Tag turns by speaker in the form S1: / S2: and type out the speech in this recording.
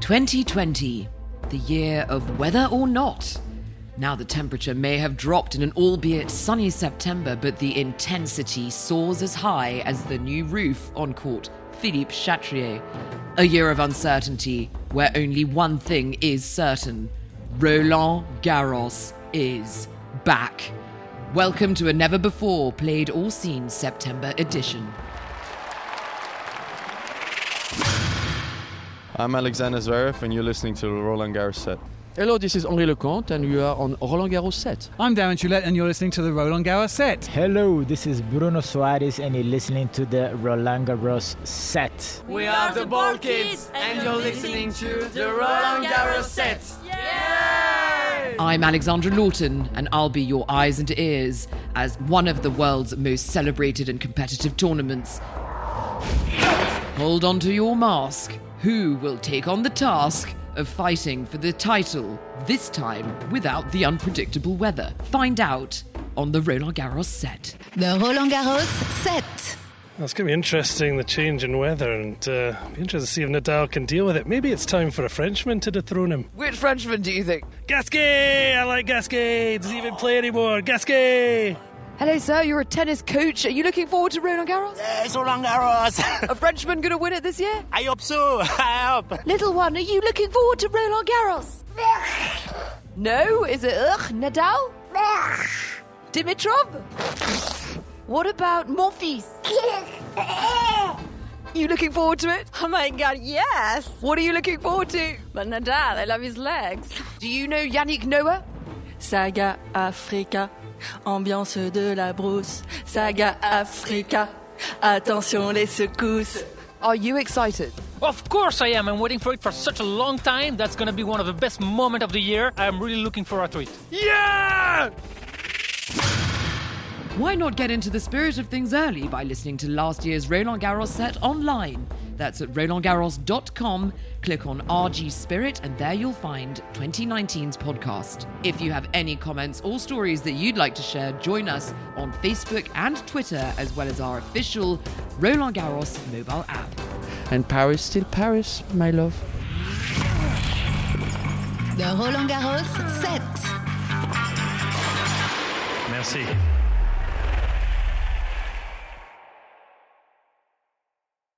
S1: 2020, the year of whether or not. Now, the temperature may have dropped in an albeit sunny September, but the intensity soars as high as the new roof on court Philippe Chatrier. A year of uncertainty where only one thing is certain Roland Garros is back. Welcome to a never before played or seen September edition.
S2: I'm Alexander Zverev, and you're listening to the Roland Garros set.
S3: Hello, this is Henri Leconte, and you are on Roland Garros set.
S4: I'm Darren Gillette, and you're listening to the Roland Garros set.
S5: Hello, this is Bruno Suarez, and you're listening to the Roland Garros set.
S6: We are the Ball Kids, and you're listening to the Roland Garros set.
S1: I'm Alexandra Lawton, and I'll be your eyes and ears as one of the world's most celebrated and competitive tournaments. Hold on to your mask. Who will take on the task of fighting for the title, this time without the unpredictable weather? Find out on the Roland Garros set.
S7: The Roland Garros set.
S8: It's going to be interesting, the change in weather, and uh, be interested to see if Nadal can deal with it. Maybe it's time for a Frenchman to dethrone him.
S1: Which Frenchman do you think?
S8: Gasquet! I like Gasquet! Does he even play anymore? Gasquet!
S1: Hello, sir. You're a tennis coach. Are you looking forward to Roland Garros?
S9: It's Roland Garros.
S1: A Frenchman going to win it this year?
S9: I hope so. I hope.
S1: Little one, are you looking forward to Roland Garros? no? Is it ugh, Nadal? Dimitrov? What about Morpheus? you looking forward to it?
S10: Oh my god, yes!
S1: What are you looking forward to?
S10: But Nadal, I love his legs.
S1: Do you know Yannick Noah?
S10: Saga Africa, ambiance de la brousse. Saga Africa, attention les secousses.
S1: Are you excited?
S11: Of course I am. I'm waiting for it for such a long time. That's going to be one of the best moment of the year. I'm really looking forward to it.
S8: Yeah!
S1: Why not get into the spirit of things early by listening to last year's Roland Garros set online? That's at rolandgarros.com. Click on RG Spirit, and there you'll find 2019's podcast. If you have any comments or stories that you'd like to share, join us on Facebook and Twitter, as well as our official Roland Garros mobile app.
S3: And Paris, still Paris, my love.
S7: The Roland Garros set.
S8: Merci.